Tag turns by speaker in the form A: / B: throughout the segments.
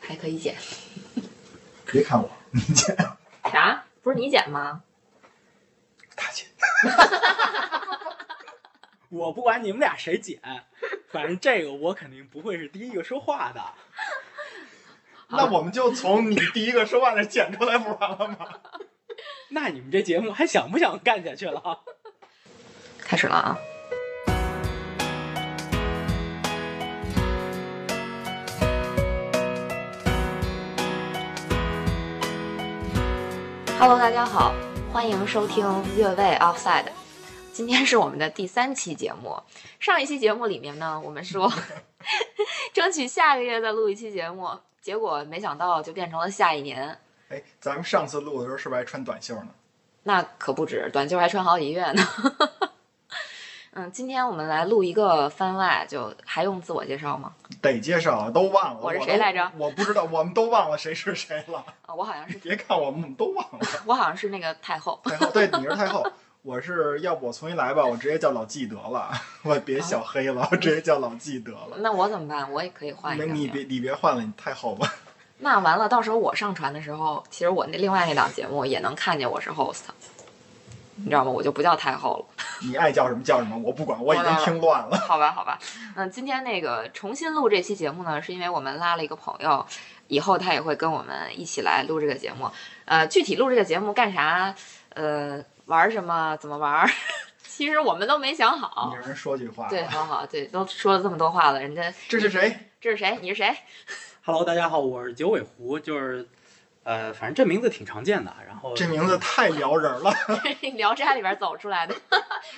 A: 还可以剪。
B: 别看我，你姐
A: 啥？不是你剪吗？
B: 大姐，
C: 我不管你们俩谁剪，反正这个我肯定不会是第一个说话的。
B: 那我们就从你第一个说话那儿剪出来不完了吗？
C: 那你们这节目还想不想干下去了？
A: 开始了啊！Hello，大家好，欢迎收听越位 Offside。今天是我们的第三期节目。上一期节目里面呢，我们说 争取下个月再录一期节目，结果没想到就变成了下一年。
B: 哎，咱们上次录的时候是不是还穿短袖呢？
A: 那可不止，短袖还穿好几月呢。 嗯，今天我们来录一个番外，就还用自我介绍吗？
B: 得介绍啊，都忘了。
A: 我是
B: 都
A: 谁来着
B: 我不知道，我们都忘了谁是谁了。
A: 啊，我好像是，
B: 别看我们，我们都忘了。
A: 我好像是那个太后。
B: 太后，对，你是太后。我是要不我重新来吧，我直接叫老纪得了， 我别小黑了，我直接叫老纪得了。
A: 那我怎么办？我也可以换一
B: 那
A: 个
B: 你
A: 名
B: 别你别换了，你太后吧。
A: 那完了，到时候我上传的时候，其实我那另外那档节目也能看见我是 host，你知道吗？我就不叫太后了。
B: 你爱叫什么叫什么，我不管，我已经听乱了。
A: 好吧，好吧，嗯，今天那个重新录这期节目呢，是因为我们拉了一个朋友，以后他也会跟我们一起来录这个节目。呃，具体录这个节目干啥，呃，玩什么，怎么玩， 其实我们都没想
B: 你
A: 好。
B: 让人说句话。
A: 对，好好，对，都说了这么多话了，人家
B: 这是谁？
A: 这是谁？你是谁？
C: Hello，大家好，我是九尾狐，就是，呃，反正这名字挺常见的。然后
B: 这名字太撩人了。
A: 这是《聊斋》里边走出来的，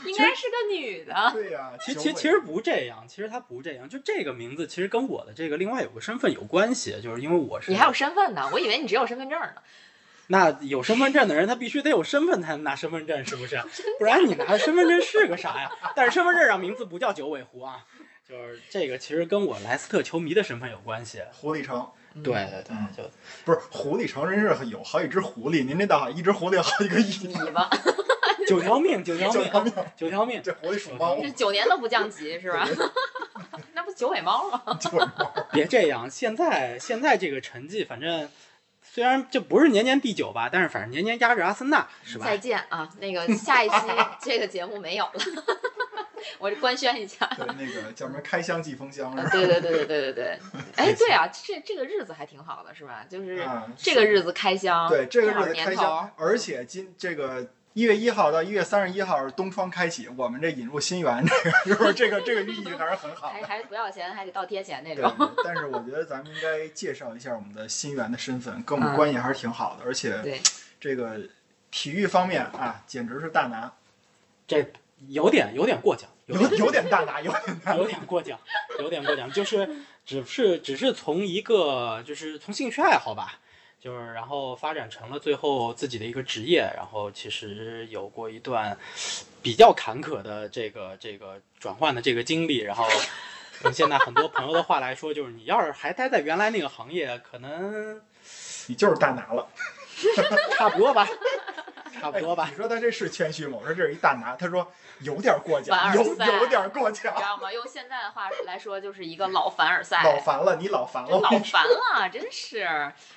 A: 应该是个女的。
B: 对呀、
C: 其实
B: 九
C: 其实
B: 尾
C: 其实不这样，其实它不这样，就这个名字其实跟我的这个另外有个身份有关系，就是因为我是
A: 你还有身份呢？我以为你只有身份证呢。
C: 那有身份证的人，他必须得有身份才能拿身份证，是不是？不然你拿的身份证是个啥呀？但是身份证上名字不叫九尾狐啊，就是这个其实跟我莱斯特球迷的身份有关系。
B: 狐狸城
A: 嗯
C: 对对对
B: 嗯，
C: 就
B: 不是狐狸城，真是有好几只狐狸。您这倒好，一只狐狸有好几个亿。
A: 你吧，
C: 九条命，九条
B: 九
C: 命
B: 条命，
C: 啊，九条命。
B: 这狐狸属猫，
A: 这九年都不降级 是吧？那不九尾猫吗？
B: 就是
C: 别这样，现在现在这个成绩，反正虽然这不是年年第九吧，但是反正年年压着阿森纳，是吧
A: 再？见啊！那个下一 期这个节目没有了， 我官宣一下。
B: 对那个叫什么开箱寄封箱啊
A: 呃
B: 是吧？
A: 对对对对对对对，哎，对啊，这这个日子还挺好的，是吧？就是
B: 啊，
A: 嗯这个日子开箱，
B: 对这个日子
A: 正好
B: 开
A: 年头
B: 箱，而且今这个一月一号到一月三十一号东窗开启，我们这引入新元，这个是不是这个这个寓意还是很好
A: 还
B: 的？
A: 还不要钱，还得倒贴钱那
B: 对
A: 种。，
B: 但是我觉得咱们应该介绍一下我们的新元的身份，跟我们关系还是挺好的，而且
A: 对，
B: 这个体育方面啊，简直是大拿，
C: 这有点有点过奖，有
B: 有
C: 点
B: 有点大拿，有点大拿
C: 有点过奖，有点过奖，就是只是只是从一个就是从兴趣爱好吧，就是然后发展成了最后自己的一个职业，然后其实有过一段比较坎坷的这个这个转换的这个经历，然后用现在很多朋友的话来说，就是你要是还待在原来那个行业，可能
B: 你就是大拿了。
C: 差不多吧，差不多
B: 哎
C: 吧。
B: 你说他这是谦虚吗？我说这是一大拿，他说有点过
A: 凡
B: 奖，
A: 尔
B: 有
A: 赛
B: 有点过
A: 你知
B: 奖，
A: 道吗？用现在的话来说，就是一个老凡尔赛，
B: 老烦了，你老烦
A: 真
B: 了。
A: 老烦了，真是。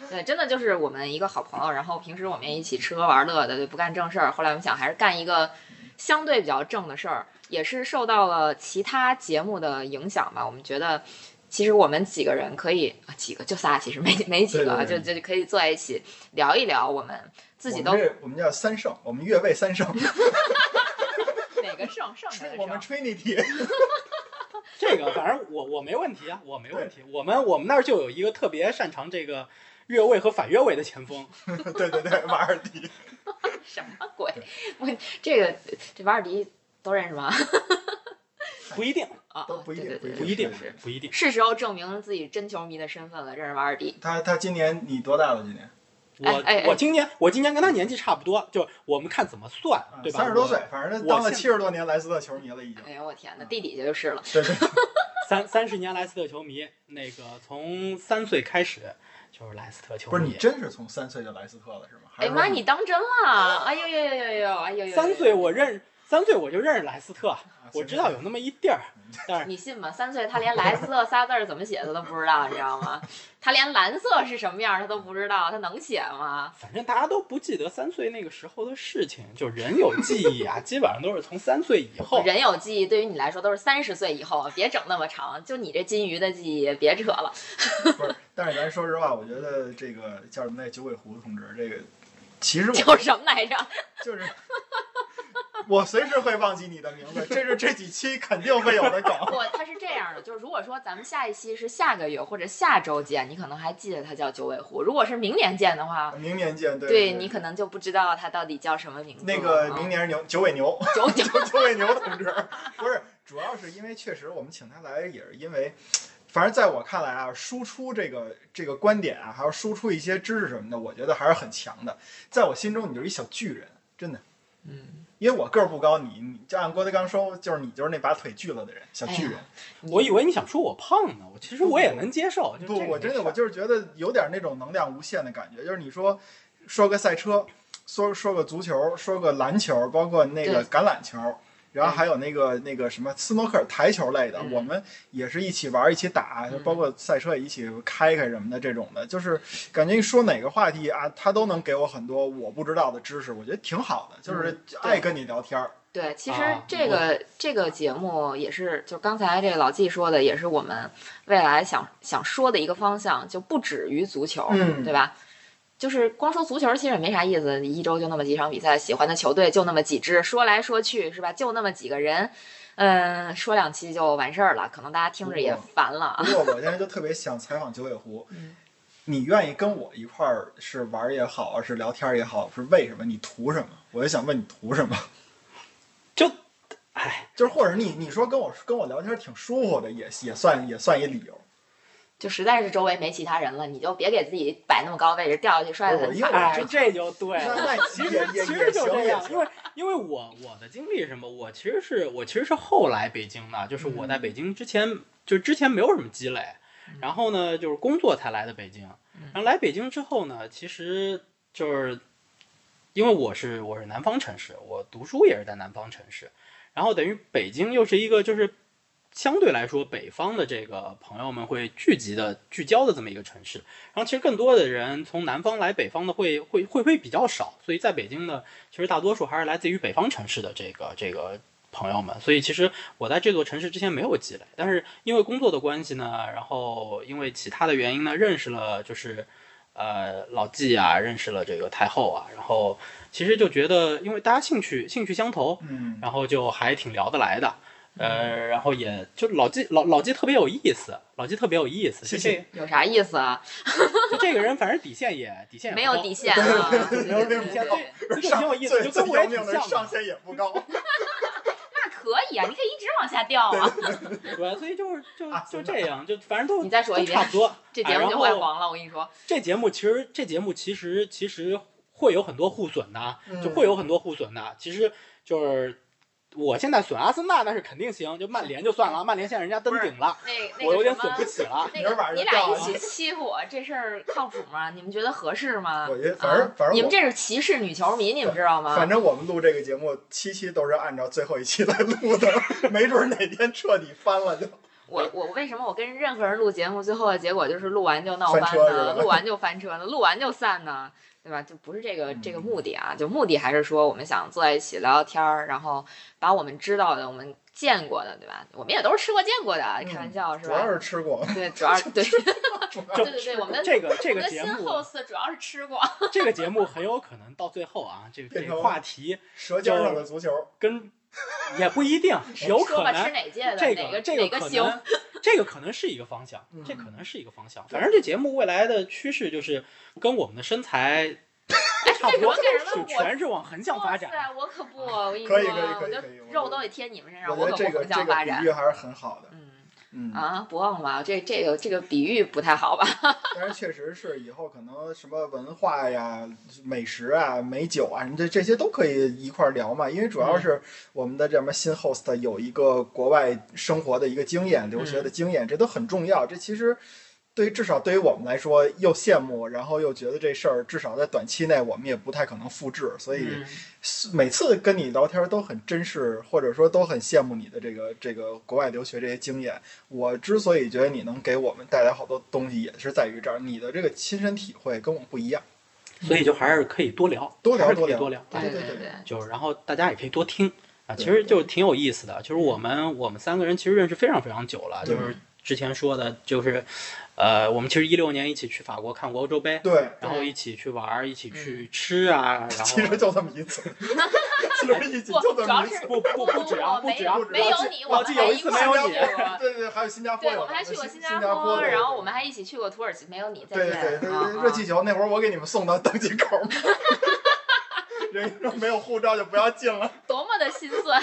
A: 对，真的就是我们一个好朋友，然后平时我们也一起吃喝玩乐的，对，不干正事儿。后来我们想还是干一个相对比较正的事儿，也是受到了其他节目的影响吧。我们觉得，其实我们几个人可以，啊几个就仨，其实没没几个啊，
B: 对对对
A: 就就可以坐在一起聊一聊我们自己都
B: 我们这我们叫三圣，我们越位三圣，
A: 哪个胜胜哪
B: 我
A: 个
B: 们
A: 胜。
B: Trinity
C: 这个反正我我没问题啊，我没问题。我们我们那儿就有一个特别擅长这个越位和反越位的前锋，
B: 对对对，瓦尔迪，
A: 什么鬼？我这个这瓦尔迪都认识吗？
C: 不一定，
A: 啊，
B: 都不一定
A: 对对对
B: 不
C: 不一定
B: 是是，
C: 不一定。
A: 是时候证明自己真球迷的身份了，认识瓦尔迪。
B: 他他今年你多大了？今
C: 啊
B: 年
C: 我
A: 哎哎
C: 我今年我今年跟他年纪差不多，就我们看怎么算，对
B: 啊
C: 吧？
B: 三十多岁，反正他当
C: 我
B: 了
C: 现
B: 七十多年莱斯特球迷了，已经。
A: 哎呦我天
B: 嗯
A: 哪，地底下就是了。
B: 对 对，
C: 我，三三十年莱斯特球迷，那个从三岁开始就是莱斯特球
B: 不
C: 迷。
B: 是你真是从三岁就莱斯特了是吗？还
A: 哎
B: 是
A: 妈，
B: 说
A: 你当真了？哎呦呦呦呦呦！哎呦呦！
C: 三岁我认三岁我就认识莱斯特，
B: 啊
C: 我知道有那么一地儿，
A: 你信吗？三岁他连莱斯特仨字儿怎么写他都不知道，你知道吗？他连蓝色是什么样儿他都不知道，他能写吗？
C: 反正大家都不记得三岁那个时候的事情，就人有记忆啊， 基本上都是从三岁以后。
A: 人有记忆，对于你来说都是三十岁以后，别整那么长。就你这金鱼的记忆，别扯了。
B: 不是，但是咱说实话，我觉得这个叫什么那九尾狐同志，这个其实我
A: 叫什么来 着？
B: 就是我随时会忘记你的名字，这是这几期肯定会有的梗。
A: 不，他是这样的，就是如果说咱们下一期是下个月或者下周见，你可能还记得他叫九尾狐；如果是明年见的话，
B: 明年见，对
A: 对
B: 对
A: 你可能就不知道他到底叫什么名字了
B: 那
A: 啊。
B: 个明年是牛九尾牛，
A: 九九
B: 九尾牛同志，不是，主要是因为确实我们请他来也是因为。反正在我看来啊，输出这个这个观点啊，还有输出一些知识什么的，我觉得还是很强的。在我心中，你就是一小巨人，真的。
A: 嗯，
B: 因为我个儿不高，你你就按郭德纲说，就是你就是那把腿锯了的人，小
A: 哎
B: 巨人。
C: 我以为你想说我胖呢，我其实我也能接受。就
B: 不
C: 这个，
B: 我真的
C: 没
B: 我
C: 事
B: 就是觉得有点那种能量无限的感觉，就是你说说个赛车，说说个足球，说个篮球，包括那个橄榄球。然后还有那个那个什么斯诺克台球类的，
A: 嗯
B: 我们也是一起玩一起打，
A: 嗯
B: 包括赛车也一起开开什么的这种的，就是感觉一说哪个话题啊，他都能给我很多我不知道的知识，我觉得挺好的，
C: 嗯
B: 就是爱跟你聊天 儿。
A: 对，其实
C: 啊
A: 这个、这个节目也是，就刚才这个老季说的，也是我们未来想想说的一个方向，就不止于足球，
B: 嗯
A: 对吧？就是光说足球其实也没啥意思，一周就那么几场比赛，喜欢的球队就那么几支，说来说去是吧？就那么几个人，嗯，说两期就完事儿了，可能大家听着也烦了啊。
B: 不过我现在就特别想采访九尾狐
A: 嗯，
B: 你愿意跟我一块儿是玩儿也好，啊是聊天儿也好，是为什么？你图什么？我就想问你图什么？
C: 就，哎，
B: 就是或者你你说跟我跟我聊天儿挺舒服的，也也算也算一理由。
A: 就实在是周围没其他人了，你就别给自己摆那么高位置，掉下去摔得
B: 我
A: 很
B: 因为
A: 惨。
B: 我
C: 哎，这就对了。
B: 那 那
C: 其
B: 也
C: 实
B: 也
C: 其实
B: 也
C: 就
B: 行
C: 这
B: 也
C: 样，因
B: 行。
C: 为因为我我的经历是什么，我其实是我其实是后来北京的，就是
B: 嗯
C: 我在北京之前就之前没有什么积累，然后呢就是工作才来的北京，
B: 嗯
C: 然后来北京之后呢，其实就是因为我是我是南方城市，我读书也是在南方城市，然后等于北京又是一个就是。相对来说，北方的这个朋友们会聚集的、聚焦的这么一个城市，然后其实更多的人从南方来北方的会会会会比较少，所以在北京呢，其实大多数还是来自于北方城市的这个这个朋友们。所以其实我在这座城市之前没有积累，但是因为工作的关系呢，然后因为其他的原因呢，认识了就是呃老纪啊，认识了这个太后啊，然后其实就觉得因为大家兴趣兴趣相投，
B: 嗯，
C: 然后就还挺聊得来的。呃，然后也就老纪老老纪特别有意思，老纪特别有意思，
B: 谢
C: 就这
B: 谢
A: 有啥意思啊？
C: 就这个人反正底线也底线也
A: 没
C: 不
A: 有
C: 高
A: 底线啊！
C: 没有底线
A: 对
C: 这个
B: 上
C: 挺有意思，
B: 最
C: 就
B: 最
C: 跟我也
B: 要
C: 挺
B: 命的
C: 像
B: 是上
C: 的，
B: 限也不 高
A: 那可以啊，你可以一直往下掉啊。
C: 对，所以就是就
B: 啊行
C: 就
B: 吧
C: 这样，就反正都
A: 你再说
C: 都
A: 一遍
C: 差不多。
A: 这节目就
C: 哎
A: 会
C: 然后
A: 黄了，我跟你说。
C: 这节目其实这节目其实其实会有很多互损的啊，
B: 嗯
C: 就会有很多互损的啊。其实就是我现在损阿森纳那是肯定行，就曼联就算了，啊曼联现在人家登顶了，
A: 那那
C: 我有
A: 个
C: 点
A: 什
C: 损不
A: 么，
C: 起了。啊
A: 那
B: 明儿晚
A: 个
B: 上
A: 你
B: 就
A: 俩
B: 到
A: 一
B: 了
A: 起欺负我，这事儿靠谱吗？你们觉得合适吗？
B: 我觉得反正
A: 啊
B: 反正
A: 你们
B: 我
A: 这是歧视女球迷，你们知道
C: 啊
A: 吗？
B: 反正我们录这个节目，七期都是按照最后一期来录的，没准儿哪天彻底翻了就。
A: 我我为什么我跟任何人录节目，最后的结果就是录完就闹
B: 翻
A: 翻
B: 车是吧
A: 呢，录完就翻车呢，录完就散呢，对吧？就不是这个
B: 嗯
A: 这个目的啊，就目的还是说我们想坐在一起聊聊天儿，然后把我们知道的、我们见过的，对吧？我们也都是吃过见过的，啊开玩笑是
B: 嗯主要
A: 吧？
B: 是吃过，
A: 对，主 要是对
B: 主要
C: 就
A: 哦对对对，我们
C: 这个这
A: 我
C: 个
A: 们的
C: 节
A: 新
C: 目，
A: host 主要是吃过。
C: 这个节目很有可能到最后啊，这个这
B: 变成
C: 个话题
B: 舌尖上的足球。
C: 跟也不一 定，有可
A: 说吧，
C: 能
A: 吃哪届的？
C: 这
A: 哪
C: 个
A: 个
C: 这
A: 哪
C: 个
A: 个
C: 可
A: 行？
C: 能，这个可能是一个方向
B: 嗯，
C: 这可能是一个方向。反正这节目未来的趋势就是跟我们的身材差不多，
A: 哎这什么
C: 就
A: 我
C: 全是往横向发展。
A: 哇塞，我可不，我跟你说，
B: 可以可以可
A: 我
B: 以
A: 就
B: 可以我
A: 肉都
B: 觉得
A: 得贴你们
C: 哎
A: 身上，
B: 我
A: 我
B: 觉
A: 可
B: 得这
A: 不
B: 个
A: 横
B: 这
A: 向
B: 个
A: 发
B: 比
A: 展
B: 喻。还是很好的，
A: 嗯
B: 嗯，
A: 啊，不忘吧，这这个这个比喻不太好吧？
B: 但是确实是以后可能什么文化呀、美食啊、美酒啊，这这些都可以一块儿聊嘛。因为主要是我们的这什么新 host 有一个国外生活的一个经验、留学的经验，这都很重要。这其实对于至少对于我们来说，又羡慕，然后又觉得这事儿至少在短期内我们也不太可能复制，所以
A: 嗯
B: 每次跟你聊天都很珍视，或者说都很羡慕你的这个这个国外留学这些经验。我之所以觉得你能给我们带来好多东西，也是在于这儿，你的这个亲身体会跟我们不一样。
C: 所以就还是可以多聊，
B: 多聊
C: 还是可
B: 多
C: 以
B: 聊
C: 多聊，
B: 对
A: 对
B: 对对
A: 对，
C: 就是然后大家也可以多听
B: 对
C: 啊，其实就挺有意思的。就是我们我们三个人其实认识非常非常久了，就
B: 对
C: 是之前说的，就是呃，我们其实一六年一起去法国看过欧洲杯。
B: 对，嗯
C: 然后一起去玩儿，一起去吃啊，然 后
B: 其实就这么一次，其实一起就
A: 不，主
B: 这么
A: 要
B: 一次
A: 是。
C: 不不不止啊，不
A: 没
C: 止啊，
A: 有没有你，我
C: 老
A: 们
C: 纪
A: 还
C: 有
A: 一
C: 一次
A: 块
C: 没
A: 儿
C: 有你
A: 去过。
B: 对对，还有新加坡
A: 对，
B: 有，
A: 我们还去过
B: 新
A: 加
B: 加
A: 坡，
B: 对
A: 然后我们还一起去过土耳其，没有你在
B: 对
A: 内。
B: 对对，
A: 啊
B: 热气球那会儿我给你们送到登机 口儿，人说没有护照就不要进了。
A: 啊多么的心酸。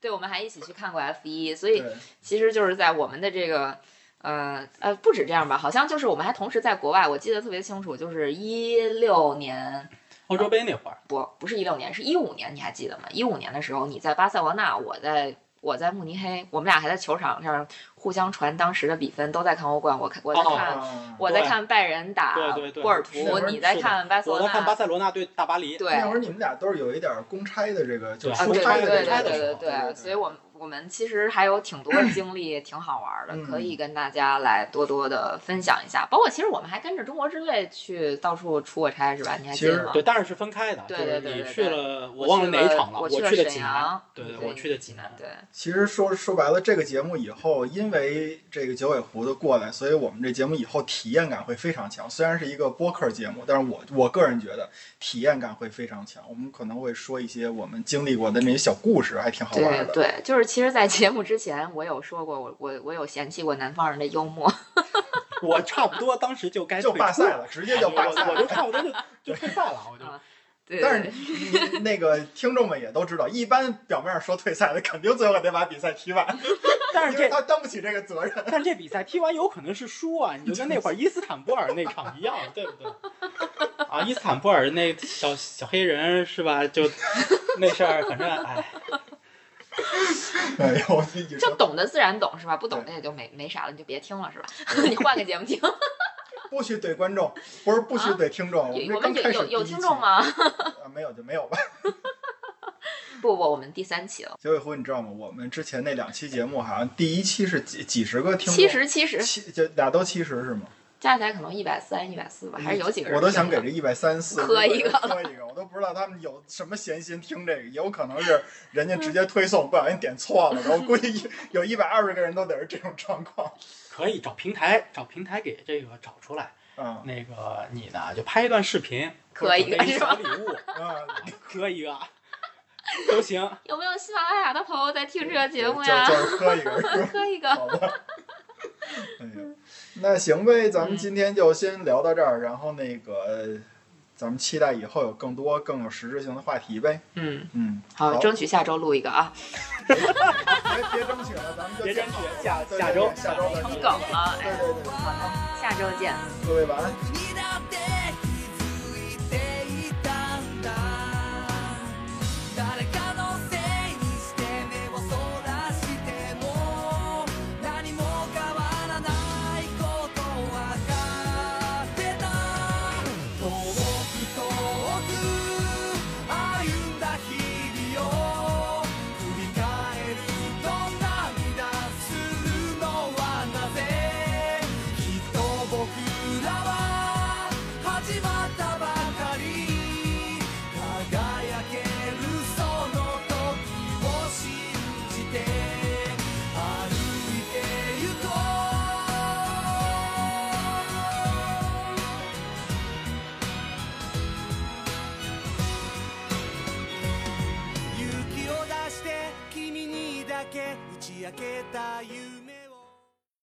A: 对，我们还一起去看过 F 一，所以
B: 对
A: 其实就是在我们的这个。呃呃，不止这样吧，好像就是我们还同时在国外，我记得特别清楚，就是一六年
C: 欧洲杯那会儿，
A: 不不是一六年，是一五年，你还记得吗？一五年的时候，你在巴塞罗那，我在我在慕尼黑，我们俩还在球场上互相传当时的比分，都在看欧冠，我看我在
C: 哦
A: 看、
B: 啊
A: 我在看拜仁打
C: 对对对
A: 波尔
B: 是
A: 图
B: 的，
A: 你在看巴塞
C: 我
A: 罗
C: 在看巴
A: 那，
C: 塞罗那对大巴黎，
A: 对
B: 那会儿你们俩都是有一点公差的这个，就
C: 对
A: 啊，
B: 出
A: 对
B: 差
A: 对
B: 的
A: 对
B: 这
A: 对
B: 个
A: 对对
B: 对对
A: 所以我们我们其实还有挺多的经历，挺好玩的，
B: 嗯
A: 可以跟大家来多多的分享一下。包括其实我们还跟着中国支队去到处出过差，是吧？你还记
B: 其
A: 得
B: 实
A: 吗？
C: 对，但是是分开的，
A: 对
C: 就是
A: 对对
C: 你
A: 对
C: 去
A: 对
C: 了，
A: 我
C: 忘了
A: 去
C: 哪一场了，
A: 我
C: 我去
A: 了
C: 了
A: 沈
C: 济南，
A: 阳，
C: 对对，
A: 对
C: 我去了济
A: 南
C: 南，，
A: 对，
B: 其实说说白了，这个节目以后，因为这个九尾狐的过来，所以我们这节目以后体验感会非常强。虽然是一个播客节目，但是我我个人觉得体验感会非常强。我们可能会说一些我们经历过的那些小故事，还挺好玩
A: 对
B: 的。
A: 对，就是其实，在节目之前，我有说过，我我我有嫌弃过南方人的幽默，
C: 我差不多当时就该
B: 就
C: 退
B: 罢
C: 出
B: 赛了，直接就罢赛
C: 我
B: 了。
C: 就差不多就就退赛了，我就
A: 啊对，
B: 但是
A: 对
B: 你那个听众们也都知道，一般表面说退赛的，肯定最后得把比赛踢完，
C: 但是
B: 因为
C: 这
B: 他担不起这个责任。
C: 但是这比赛踢完有可能是输啊，你就跟那会儿伊斯坦布尔那场一样，对不对？ 啊，伊斯坦布尔那小小黑人是吧？就那事儿，反正哎，
B: 哎呦，你
A: 就
B: 说
A: 懂的自然懂是吧？不懂的也就没没啥了，你就别听了是吧？
B: 嗯
A: 你换个节目听。
B: 不许怼观众，不是不许怼听众。
A: 啊有
B: 们
A: 我
B: 刚
A: 们有
B: 开始
A: 有有
B: 第一
A: 听
B: 期
A: 众？吗？
B: 啊，没有就没有吧。
A: 不不，我们第三期了，
B: 九尾狐，你知道吗？我们之前那两期节目，好像第一期是几几十个听众，
A: 七十七十，
B: 七就俩都七十是吗？
A: 加起来可能一百三、一百四吧，还是有几个人。
B: 嗯我都想给这。一百三 四
A: 磕一个
B: 磕一个，我都不知道他们有什么闲心听这个，有可能是人家直接推送不小心点错了，然后估计一有一百二十个人都得是这种状况
C: 可以找平台，找平台给这个找出来。
B: 啊
C: 那个你呢，就拍一段视频，
A: 可
C: 或者
A: 以
C: 准备一
A: 是
C: 小
A: 吧
C: 礼物，
B: 啊！
C: 磕一个都行。
A: 有没有喜马拉雅的朋友在听这个 节目呀
B: 就？就是磕一个是 吧？
A: 磕一个。
B: 好吧。 哎呦，那行呗，咱们今天就先聊到这儿，然后那个，咱们期待以后有更多更有实质性的话题呗。
A: 嗯，
B: 嗯，
A: 好，争取下周录一个啊，
B: 别哎别争取了，咱们就
C: 别争取下
B: 对对对
C: 下周
B: 下周再
A: 成
B: 说
A: 梗了。
B: 对
A: 哎，
B: 对对，
A: 好的，下周见。
B: 各位晚安。
D: 「君だって気づいていたんだ」「誰かのせいにして目をそらしても」「何も変わらないことわかってた」「遠く遠く歩んだ日々を」「振り返ると涙するのはなぜ」「きっと僕らは始まったばかり」「輝けるその時を信じて歩いてゆこう」「勇気を出して君にだけ打ち明けた夢」